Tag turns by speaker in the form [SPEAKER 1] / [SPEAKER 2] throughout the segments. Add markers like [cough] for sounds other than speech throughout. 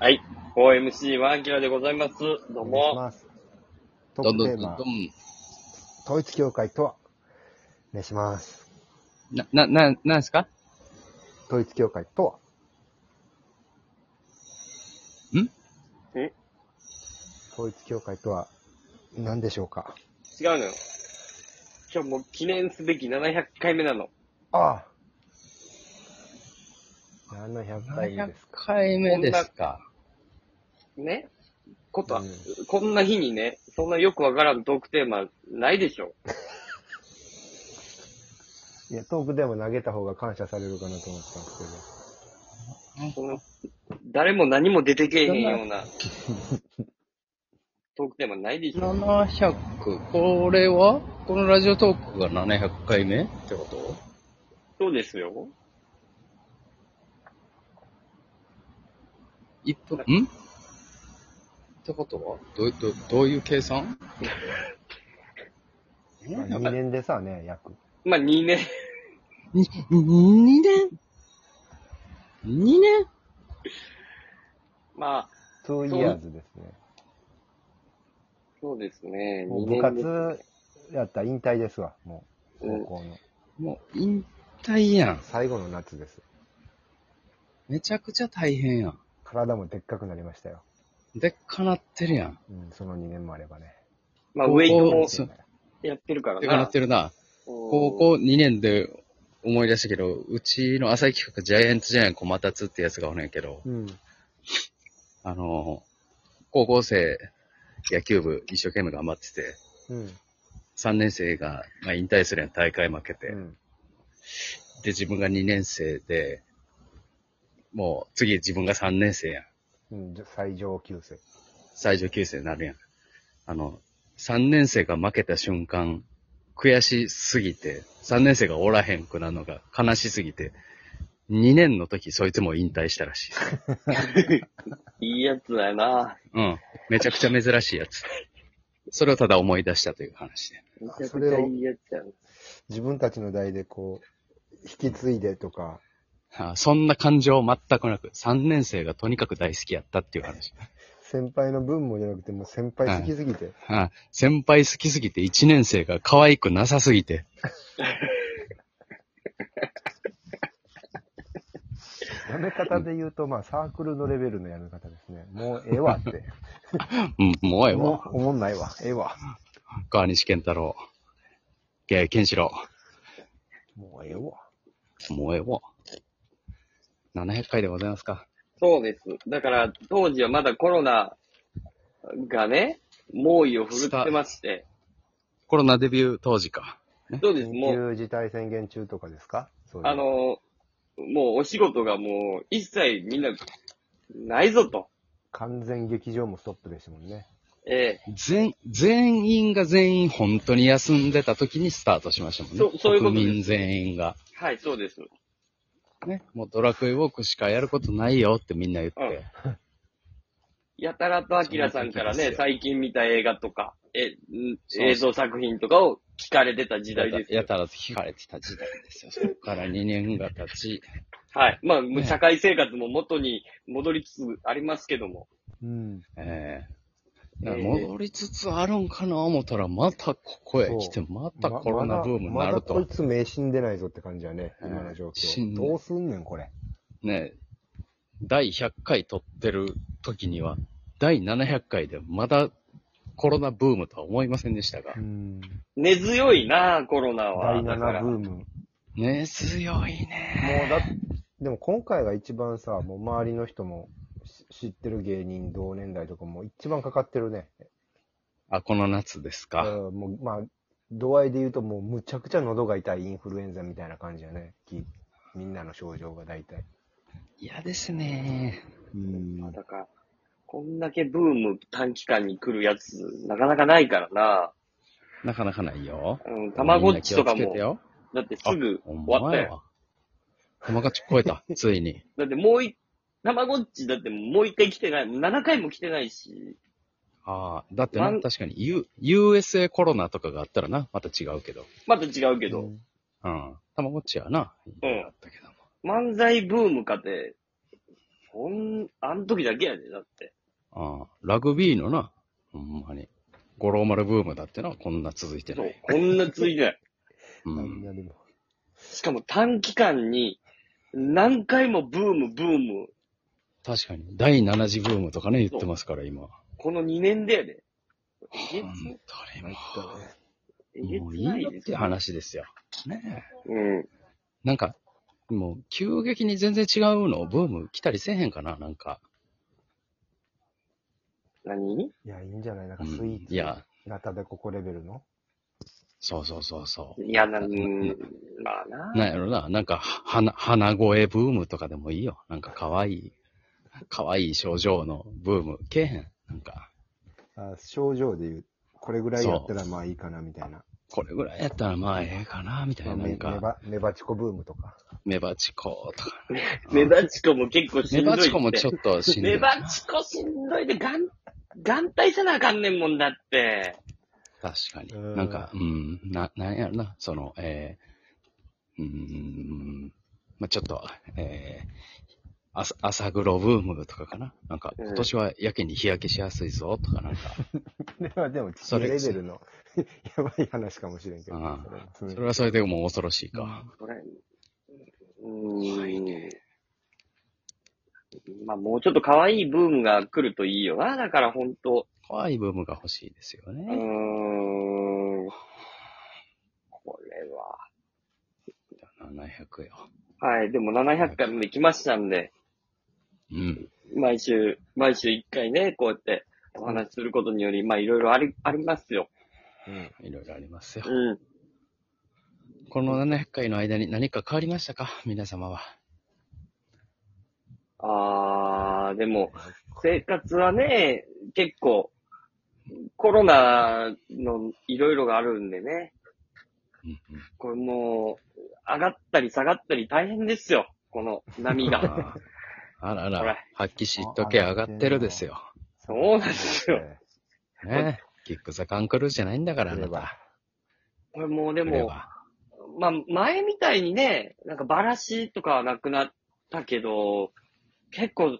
[SPEAKER 1] はい。OMC はアキラでございます。どう
[SPEAKER 2] お願い
[SPEAKER 1] も。
[SPEAKER 2] します。ト
[SPEAKER 3] ど
[SPEAKER 2] ー
[SPEAKER 3] ん
[SPEAKER 2] ク
[SPEAKER 3] ど
[SPEAKER 2] テー
[SPEAKER 3] んどんど
[SPEAKER 2] マ
[SPEAKER 3] ん、。
[SPEAKER 2] 統一教会とはお願いします。
[SPEAKER 3] な、な、な、なんすか
[SPEAKER 2] 統一教会とは
[SPEAKER 3] ん
[SPEAKER 1] ん
[SPEAKER 2] 統一教会とは何でしょうか
[SPEAKER 1] 違うのよ。今日もう記念すべき700回目なの。
[SPEAKER 2] ああ !700 回目
[SPEAKER 3] ?700
[SPEAKER 2] です。
[SPEAKER 3] 回目ですか。
[SPEAKER 1] ねことは、
[SPEAKER 2] う
[SPEAKER 1] こんな日にね、そんなよくわからんトークテーマないでしょ。
[SPEAKER 2] いや、トークでも投げた方が感謝されるかなと思ったんですけど。
[SPEAKER 1] その誰も何も出てけえへんようなトークテーマないでしょ。
[SPEAKER 3] 700、これはこのラジオトークが700回目ってこと
[SPEAKER 1] そうですよ。
[SPEAKER 3] 一分、んってことはどう、どう、どういう計算え
[SPEAKER 2] まあ
[SPEAKER 3] なんか
[SPEAKER 2] 2年でさね、約。
[SPEAKER 1] まあ2年、
[SPEAKER 3] に二年二年
[SPEAKER 1] まあ、
[SPEAKER 2] 2 years ですね。
[SPEAKER 1] そうですね。
[SPEAKER 2] も
[SPEAKER 1] 2
[SPEAKER 2] う部
[SPEAKER 1] 年で
[SPEAKER 2] 活やったら引退ですわ、もう。
[SPEAKER 1] う
[SPEAKER 2] 高
[SPEAKER 1] ん
[SPEAKER 2] 校の。
[SPEAKER 3] もう引退やん。
[SPEAKER 2] 最後の夏です。
[SPEAKER 3] めちゃくちゃ大変やん。
[SPEAKER 2] 体もでっかくなりましたよ。
[SPEAKER 3] でっかなってるやん。
[SPEAKER 2] うん、その2年もあればね。
[SPEAKER 1] まあウェイト
[SPEAKER 3] お
[SPEAKER 1] も
[SPEAKER 3] ーそう
[SPEAKER 1] やってるから
[SPEAKER 3] でっかな
[SPEAKER 1] な
[SPEAKER 3] っ。てるな。
[SPEAKER 1] 高
[SPEAKER 3] 高校2年で思い出したけど、うちの浅い企画、ジャイアンツジャイアン小松ってやつがおるんやけど、
[SPEAKER 2] うん。
[SPEAKER 3] あの、高校生野球部一生懸命頑張ってて、
[SPEAKER 2] うん。
[SPEAKER 3] 3年生が、まあ、引退するやん大会負けて、
[SPEAKER 2] うん。
[SPEAKER 3] で、自分が2年生で、もう次自分が3年生やん。
[SPEAKER 2] うん、じゃ最上級生。
[SPEAKER 3] 最上級生になるやん。あの、3年生が負けた瞬間、悔しすぎて、3年生がおらへんくなるのが悲しすぎて、2年の時そいつも引退したらしい。
[SPEAKER 1] いいやつだよな。
[SPEAKER 3] うん。めちゃくちゃ珍しいやつ。それをただ思い出したという話で。
[SPEAKER 1] めちゃくちゃいいやつやな。
[SPEAKER 2] 自分たちの代でこう、引き継いでとか、
[SPEAKER 3] あそんな感情全くなく、3年生がとにかく大好きやったっていう話。
[SPEAKER 2] 先輩の分もじゃなくて、もう先輩好きすぎて、
[SPEAKER 3] あ先輩好きすぎて1年生が可愛くなさすぎて。
[SPEAKER 2] やめ方で言うと、まあサークルのレベルのやめ方ですね。もうええわ
[SPEAKER 3] [laughs]
[SPEAKER 2] って。
[SPEAKER 3] うん、もうええ
[SPEAKER 2] も
[SPEAKER 3] わ。
[SPEAKER 2] うおもんないわ。ええわ。
[SPEAKER 3] 川西健太郎。ゲイ健志郎。
[SPEAKER 2] もうええわ。
[SPEAKER 3] もうええわ。700回でございますか。
[SPEAKER 1] そうです。だから、当時はまだコロナがね、猛威を振るってまして。
[SPEAKER 3] コロナデビュー当時か。
[SPEAKER 1] そうです。もう、
[SPEAKER 2] 緊急事態宣言中とかですかそういう
[SPEAKER 1] あ、の、もうお仕事がもう一切みんなないぞと。
[SPEAKER 2] 完全劇場もストップでしたもんね。
[SPEAKER 1] え
[SPEAKER 3] 全、全員が全員本当に休んでた時にスタートしましたもんね。
[SPEAKER 1] そうそういうことです
[SPEAKER 3] 国民全員が。
[SPEAKER 1] えはい、そうです。
[SPEAKER 3] ね、もうドラクエウォークしかやることないよってみんな言って。
[SPEAKER 1] うんやたらとアキラさんから
[SPEAKER 3] そうい
[SPEAKER 1] ね、
[SPEAKER 3] う時ですよ
[SPEAKER 1] 最近見た映画とか、え、ん
[SPEAKER 3] そう
[SPEAKER 1] 映像作品とかを聞かれてた時代です
[SPEAKER 3] や
[SPEAKER 1] よ。
[SPEAKER 3] たらと聞かれてた時代ですよ。そこから2年が経ち。
[SPEAKER 1] はい。まあ、
[SPEAKER 3] ね
[SPEAKER 1] 社会生活も元に戻りつつありますけども。
[SPEAKER 2] うん。
[SPEAKER 3] ええ
[SPEAKER 1] ええ
[SPEAKER 3] 戻りつつあるんかな思ったら、またここへ来て、またコロナブームになると。
[SPEAKER 2] まだこいつ迷信出ないぞって感じやね、
[SPEAKER 3] うん
[SPEAKER 2] 今の状
[SPEAKER 3] 死
[SPEAKER 2] 況。
[SPEAKER 3] ん
[SPEAKER 2] どうすんねん、これ。
[SPEAKER 3] ねえ、第100回撮ってる時には、第700回でまだコロナブームとは思いませんでしたが
[SPEAKER 2] う、ん。
[SPEAKER 1] 根強いな、コロナは。
[SPEAKER 2] 第
[SPEAKER 1] だから
[SPEAKER 2] 7ブーム。も
[SPEAKER 3] ねえ、強いね。
[SPEAKER 2] うだでも今回が一番さ、もう周りの人もし知ってる芸人、同年代とかも一番かかってるね。
[SPEAKER 3] あ、この夏です
[SPEAKER 2] だか
[SPEAKER 3] か。
[SPEAKER 2] らもう、まあ、度合いで言うともうむちゃくちゃ喉が痛いインフルエンザみたいな感じやね。きみんなの症状が大体。
[SPEAKER 3] 嫌ですね。
[SPEAKER 2] うん
[SPEAKER 1] まさか、こんだけブーム短期間に来るやつ、なかなかないからな。
[SPEAKER 3] なかなかないよ。
[SPEAKER 1] うん、たまごっちとか
[SPEAKER 3] みんな気
[SPEAKER 1] も
[SPEAKER 3] をつけて、よ
[SPEAKER 1] だってすぐ
[SPEAKER 3] お
[SPEAKER 1] 終わった
[SPEAKER 3] 前
[SPEAKER 1] よ。
[SPEAKER 3] は。たまごっち超
[SPEAKER 1] [laughs]
[SPEAKER 3] えた、ついに。
[SPEAKER 1] だってもうい、たまごっちだってもう一回来てない、7回も来てないし、
[SPEAKER 3] ああ、だってな
[SPEAKER 1] ワン、
[SPEAKER 3] 確かに、U、USA コロナとかがあったらな、また違うけど。
[SPEAKER 1] また違うけど、
[SPEAKER 3] うん。たまごっちはな、
[SPEAKER 1] うん
[SPEAKER 3] あったけども。
[SPEAKER 1] 漫才ブームかて、そん、あん時だけやで、だって。
[SPEAKER 3] ああ、ラグビーのな、ほんまに。五郎丸ブームだってな、こんな続いて
[SPEAKER 1] そ
[SPEAKER 3] な
[SPEAKER 1] う
[SPEAKER 3] い。、
[SPEAKER 1] こんな続いて
[SPEAKER 3] [laughs]
[SPEAKER 1] ない。
[SPEAKER 2] あ
[SPEAKER 3] うん
[SPEAKER 2] ん。なでも。
[SPEAKER 1] しかも短期間に、何回もブーム、ブーム、
[SPEAKER 3] 確かに。第7次ブームとかね、言ってますから、今。
[SPEAKER 1] この2年でやで。えげ
[SPEAKER 3] 本
[SPEAKER 1] つ、
[SPEAKER 3] 当
[SPEAKER 2] ま
[SPEAKER 3] に
[SPEAKER 2] い
[SPEAKER 3] も
[SPEAKER 2] ったね。
[SPEAKER 1] え
[SPEAKER 3] う
[SPEAKER 1] げ
[SPEAKER 3] もう
[SPEAKER 1] つ
[SPEAKER 3] いいよ
[SPEAKER 1] ないで
[SPEAKER 3] っ
[SPEAKER 1] す
[SPEAKER 3] て
[SPEAKER 1] よ。
[SPEAKER 3] 話ですよ。ねえ。
[SPEAKER 1] うん。
[SPEAKER 3] なんか、もう、急激に全然違うの、ブーム来たりせえへんかな、なんか。
[SPEAKER 1] 何
[SPEAKER 2] いや、いいんじゃないなんか
[SPEAKER 3] う
[SPEAKER 2] スイ
[SPEAKER 3] ん
[SPEAKER 2] ーツ。
[SPEAKER 3] いや、
[SPEAKER 2] ナタデココレベルの。
[SPEAKER 3] そうそうそうそう。
[SPEAKER 1] いや、なん、まあな。
[SPEAKER 3] なんやろな、なんか、花、花声ブームとかでもいいよ。なんか、可愛い、可愛い症状のブーム、けえへん。なんか、
[SPEAKER 2] あ症状で言う。これぐらいやったらまあいいかな、みたいな。
[SPEAKER 3] これぐらいやったらまあええかな、みたい
[SPEAKER 2] まあ
[SPEAKER 3] な。な
[SPEAKER 2] メ
[SPEAKER 3] ん
[SPEAKER 2] メ
[SPEAKER 3] か、
[SPEAKER 2] バメバチコブームとか。
[SPEAKER 3] メバチコとか。
[SPEAKER 1] メバチコも結構し
[SPEAKER 3] メ
[SPEAKER 1] んどい
[SPEAKER 3] バ
[SPEAKER 1] って。
[SPEAKER 3] チコもちょっとしんどい
[SPEAKER 1] メ
[SPEAKER 3] な。
[SPEAKER 1] バチコしんどいで、眼、眼帯せなあかんねんもんだって。
[SPEAKER 3] 確かに。
[SPEAKER 2] うん
[SPEAKER 3] なんか、うん、な、なんやろな、その、えー、うーん、まあ、ちょっと、えー、朝朝黒ブームとかかな。なんか、
[SPEAKER 1] うん
[SPEAKER 3] 今年はやけに日焼けしやすいぞ、とかなんか、
[SPEAKER 2] これはでも地球レベルのやばい話かもしれんけど。
[SPEAKER 3] あ
[SPEAKER 2] それ
[SPEAKER 3] それはそれでもう恐ろしいか。
[SPEAKER 1] これ、うーん。まあ、もうちょっと可愛いブームが来るといいよな。だから本当
[SPEAKER 3] 怖いブームが欲しいですよ
[SPEAKER 1] うー
[SPEAKER 3] ね。
[SPEAKER 1] ん。これ
[SPEAKER 3] 700よ。
[SPEAKER 1] は。はい。でも700回まで来ましたんで、
[SPEAKER 3] うん。
[SPEAKER 1] 毎週、毎週1回ね、こうやってお話しすることにより、まあ、いろいろあり、ありますよ。
[SPEAKER 2] うん
[SPEAKER 3] いろいろありますよ。
[SPEAKER 1] うん。
[SPEAKER 3] この700回の間に何か変わりましたか皆様は。
[SPEAKER 1] あー、でも、生活はね、結構、コロナのいろいろがあるんでね、
[SPEAKER 3] うんうん
[SPEAKER 1] これもう、上がったり下がったり大変ですよ、この波
[SPEAKER 3] [laughs]
[SPEAKER 1] が。
[SPEAKER 3] ああらあ
[SPEAKER 1] ほ
[SPEAKER 3] ら
[SPEAKER 1] ら、
[SPEAKER 3] 発揮しとけ上がってるですよ。
[SPEAKER 1] そうなんですよ。
[SPEAKER 3] ねキックザカンクルーじゃないんだから、あ
[SPEAKER 2] 来
[SPEAKER 3] な
[SPEAKER 2] れば
[SPEAKER 3] た。
[SPEAKER 1] これもうで
[SPEAKER 3] 来れ
[SPEAKER 1] も、
[SPEAKER 3] ば
[SPEAKER 1] まあ、前みたいにね、なんかバラシとかはなくなったけど、結構、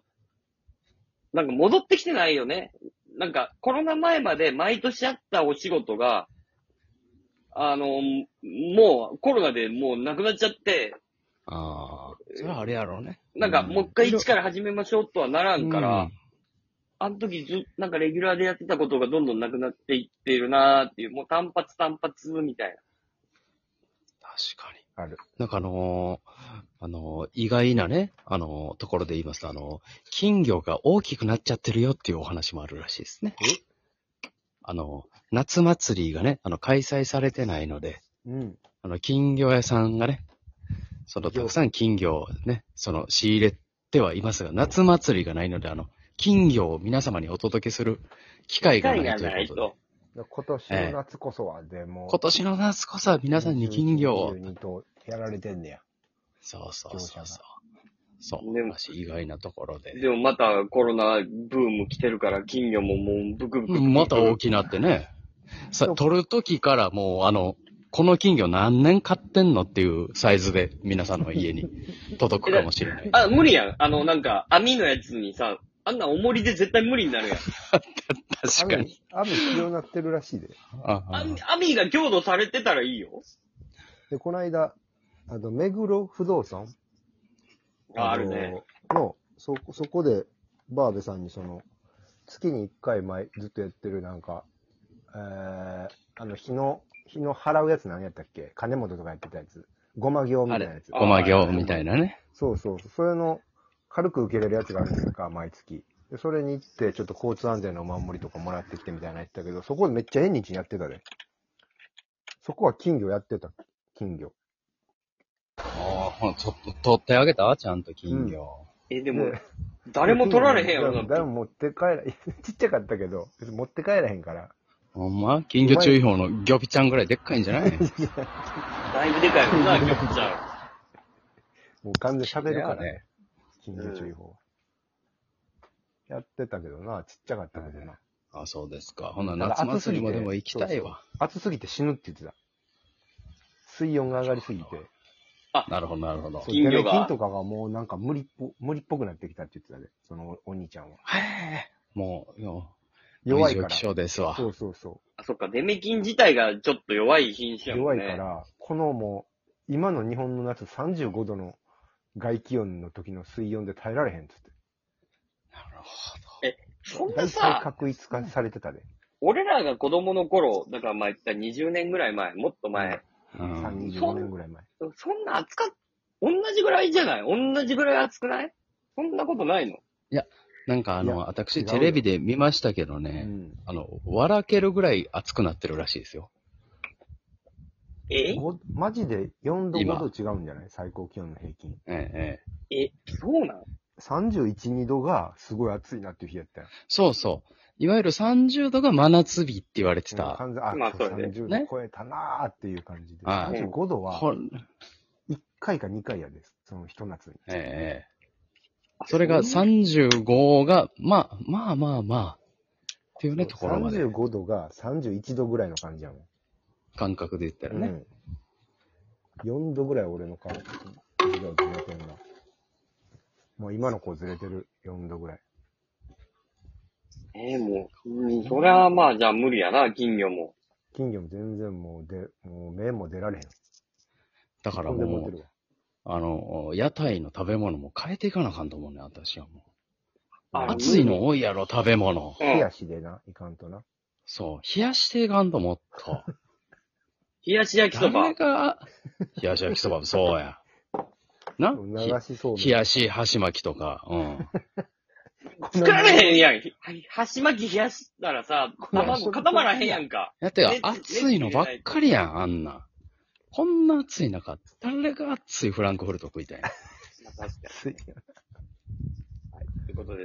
[SPEAKER 1] なんか戻ってきてないよね。なんかコロナ前まで毎年あったお仕事が、あの、もうコロナでもうなくなっちゃって、
[SPEAKER 3] ああ、それはあれやろうね。
[SPEAKER 1] なんかもう一回一から始めましょうとはなら
[SPEAKER 3] うん
[SPEAKER 1] から、
[SPEAKER 3] うん
[SPEAKER 1] あの時ずっなんかレギュラーでやってたことがどんどんなくなっていっているなーっていう、もう単発単発みたい
[SPEAKER 3] 確かに。
[SPEAKER 2] ある。
[SPEAKER 3] なんかあのーあのー意外なね、あのーところで言いますと、あのー金魚が大きくなっちゃってるよっていうお話もあるらしいですね。あのー夏祭りがね、あの、開催されてないので、
[SPEAKER 2] うん。
[SPEAKER 3] あの、金魚屋さんがね、その、たくさん金魚をね、その、仕入れてはいますが、夏祭りがないので、あの、金魚を皆様にお届けする機
[SPEAKER 1] な。
[SPEAKER 3] 会が
[SPEAKER 1] 会
[SPEAKER 3] な
[SPEAKER 1] が
[SPEAKER 3] いと
[SPEAKER 1] ないいう
[SPEAKER 3] ことで
[SPEAKER 1] と。。
[SPEAKER 2] だから今年の夏こそは、でも。
[SPEAKER 3] 今年の夏こそは皆さんに金魚を。
[SPEAKER 2] 22頭やられてんねや。
[SPEAKER 3] そうそうそうそう。そう。
[SPEAKER 1] でも
[SPEAKER 3] らしい意外なところで。
[SPEAKER 1] でもまたコロナブーム来てるから金魚ももうブクブクブクブク。
[SPEAKER 3] また大きなってね。さ、取るときからもう、あの、この金魚何年買ってんのっていうサイズで皆さんの家に届くかもしれない。
[SPEAKER 1] あ、無理やん。あの、なんか網のやつにさ、あんな重りで絶対無理になるやん。
[SPEAKER 3] 確かに。
[SPEAKER 2] 雨、雨必要になってるらしいで。
[SPEAKER 3] ああ
[SPEAKER 1] 網網が強度されてたらいいよ。
[SPEAKER 2] で、この間、あの、目黒不動産
[SPEAKER 1] ああるね。
[SPEAKER 2] のの、そ、そこで、バーベさんにその、月に1回前、ずっとやってるなんか、えー、あの、日の、日の払うやつ何やったっけ金本とかやってたやつ。ごま行みたいなやつ。
[SPEAKER 3] ごま行みたいなね。
[SPEAKER 2] そうそうそう。それの、軽く受けれるやつがあるんですか、毎月。で、それに行って、ちょっと交通安全のお守りとかもらってきてみたいなの言ってたけど、そこでめっちゃ縁日やってたで。そこは金魚やってた。金魚。
[SPEAKER 3] ああ、ちょっと取ってあげたちゃんと金魚。
[SPEAKER 1] え、でも
[SPEAKER 2] で、
[SPEAKER 1] 誰も取られへん
[SPEAKER 2] [laughs]
[SPEAKER 1] やろ
[SPEAKER 2] だ
[SPEAKER 1] な
[SPEAKER 2] も誰も持って帰ら、 [laughs] ちっちゃかったけど、別に持って帰らへんから。
[SPEAKER 3] ほんま金魚注意報のギョピちゃんぐらいでっかいんじゃない
[SPEAKER 1] だいぶでかいもんな、ギョちゃん。
[SPEAKER 2] もう完全に喋るから
[SPEAKER 3] いや
[SPEAKER 2] ね。金魚注意報は。やってたけどな、ちっちゃかったけどな。
[SPEAKER 3] あ、そうで
[SPEAKER 2] [laughs]
[SPEAKER 3] すか。ほな、夏祭りもでも行きたいわ。
[SPEAKER 2] 暑すぎて死ぬって言ってた。水温が上がりすぎて、
[SPEAKER 3] なるほど、なるほど。
[SPEAKER 2] そう、
[SPEAKER 1] 金魚が
[SPEAKER 2] デメキンとかがもうなんか無理っぽ、無理っぽくなってきたって言ってたで、そのおお兄ちゃんは。
[SPEAKER 3] へえ。もう、もう
[SPEAKER 2] 弱いか
[SPEAKER 3] 異常気
[SPEAKER 2] ら。
[SPEAKER 3] 象ですわ。
[SPEAKER 2] そうそうそ
[SPEAKER 1] あ、そっか、デメキン自体がちょっと弱い品
[SPEAKER 2] う。
[SPEAKER 1] 種やも
[SPEAKER 2] 弱
[SPEAKER 1] ん
[SPEAKER 2] い
[SPEAKER 1] ね。
[SPEAKER 2] から、このもう、今の日本の夏35度の外気温の時の水温で耐えられへんっつって。
[SPEAKER 3] なるほど。
[SPEAKER 1] そんな
[SPEAKER 2] [laughs] 大体
[SPEAKER 1] さ、
[SPEAKER 2] 確一化されてたで。
[SPEAKER 1] 俺らが子供の頃、だからまあ言ったら20年ぐらい前、もっと前、
[SPEAKER 3] うん
[SPEAKER 2] 3、25年ぐらい前。
[SPEAKER 1] そんな暑かっ、同じぐらいじゃない同じぐらい暑くないそんなことないの
[SPEAKER 3] なんかあ
[SPEAKER 2] い
[SPEAKER 3] の、
[SPEAKER 2] や違う
[SPEAKER 3] 私
[SPEAKER 2] よ
[SPEAKER 3] テレビで見ましたけどね、
[SPEAKER 2] うん。
[SPEAKER 3] あの、笑けるぐらい熱くなってるらしいですよ。
[SPEAKER 1] え
[SPEAKER 2] ごマジで4度
[SPEAKER 3] 今
[SPEAKER 2] 5度違うんじゃない最高気温の平均。
[SPEAKER 3] ええ、ええ。
[SPEAKER 1] え、そうなの
[SPEAKER 2] 31、2度がすごい暑いなっていう日やったよ。
[SPEAKER 3] そうそう。いわゆる30度が真夏日って言われて
[SPEAKER 2] うん
[SPEAKER 3] た。
[SPEAKER 2] 完全、あ、
[SPEAKER 1] まあ
[SPEAKER 2] そう
[SPEAKER 1] そうやね
[SPEAKER 2] 30
[SPEAKER 3] ね
[SPEAKER 2] 度超えたなーっていう感じで。
[SPEAKER 3] はい
[SPEAKER 2] 35度は
[SPEAKER 3] ほん
[SPEAKER 2] 1回か2回やです。その一夏に。
[SPEAKER 3] ええ、ええ。
[SPEAKER 1] あ
[SPEAKER 3] それが
[SPEAKER 1] そん
[SPEAKER 3] 35が、まあ、まあまあまあ、っていうね、ところまで。
[SPEAKER 2] 35度が31度ぐらいの感じやも
[SPEAKER 3] 感覚で言ったら
[SPEAKER 2] ん。
[SPEAKER 3] ね。
[SPEAKER 2] うん。4度ぐらい俺の顔、俺がずれてんな。もう今の子ずれてる。4度ぐらい。
[SPEAKER 1] えーもう、うんそりゃまあじゃあ無理やな、金魚も。
[SPEAKER 2] 金魚も全然もう出、もう目も出られへん。
[SPEAKER 3] だから
[SPEAKER 2] 飛んでも
[SPEAKER 3] も
[SPEAKER 2] うてる
[SPEAKER 3] う、
[SPEAKER 2] わ。
[SPEAKER 3] あの、屋台の食べ物も変えていかなあかんと思うね、私はもう。
[SPEAKER 1] あ
[SPEAKER 3] 暑いの多いやろ、食べ物。
[SPEAKER 1] う
[SPEAKER 2] 手
[SPEAKER 1] ん。
[SPEAKER 2] 足でな、いかんとな。
[SPEAKER 3] そう、冷やしていかんともっと。
[SPEAKER 1] 冷やし焼きそば
[SPEAKER 3] 誰。が、冷やし焼きそばもそうや。なひ
[SPEAKER 2] 流しそうめん
[SPEAKER 3] 冷やし箸巻きとか、うん。
[SPEAKER 1] 作られへんやん。箸巻き冷やしたらさ、卵固まらへんやんか。
[SPEAKER 3] や
[SPEAKER 2] [laughs]
[SPEAKER 3] ってよ
[SPEAKER 1] 熱
[SPEAKER 3] 暑いのばっかりやん、あんな。こんな暑い中、誰が暑いフランクフルト食いたいの
[SPEAKER 1] まあ確か
[SPEAKER 2] 熱い。
[SPEAKER 1] に。ということで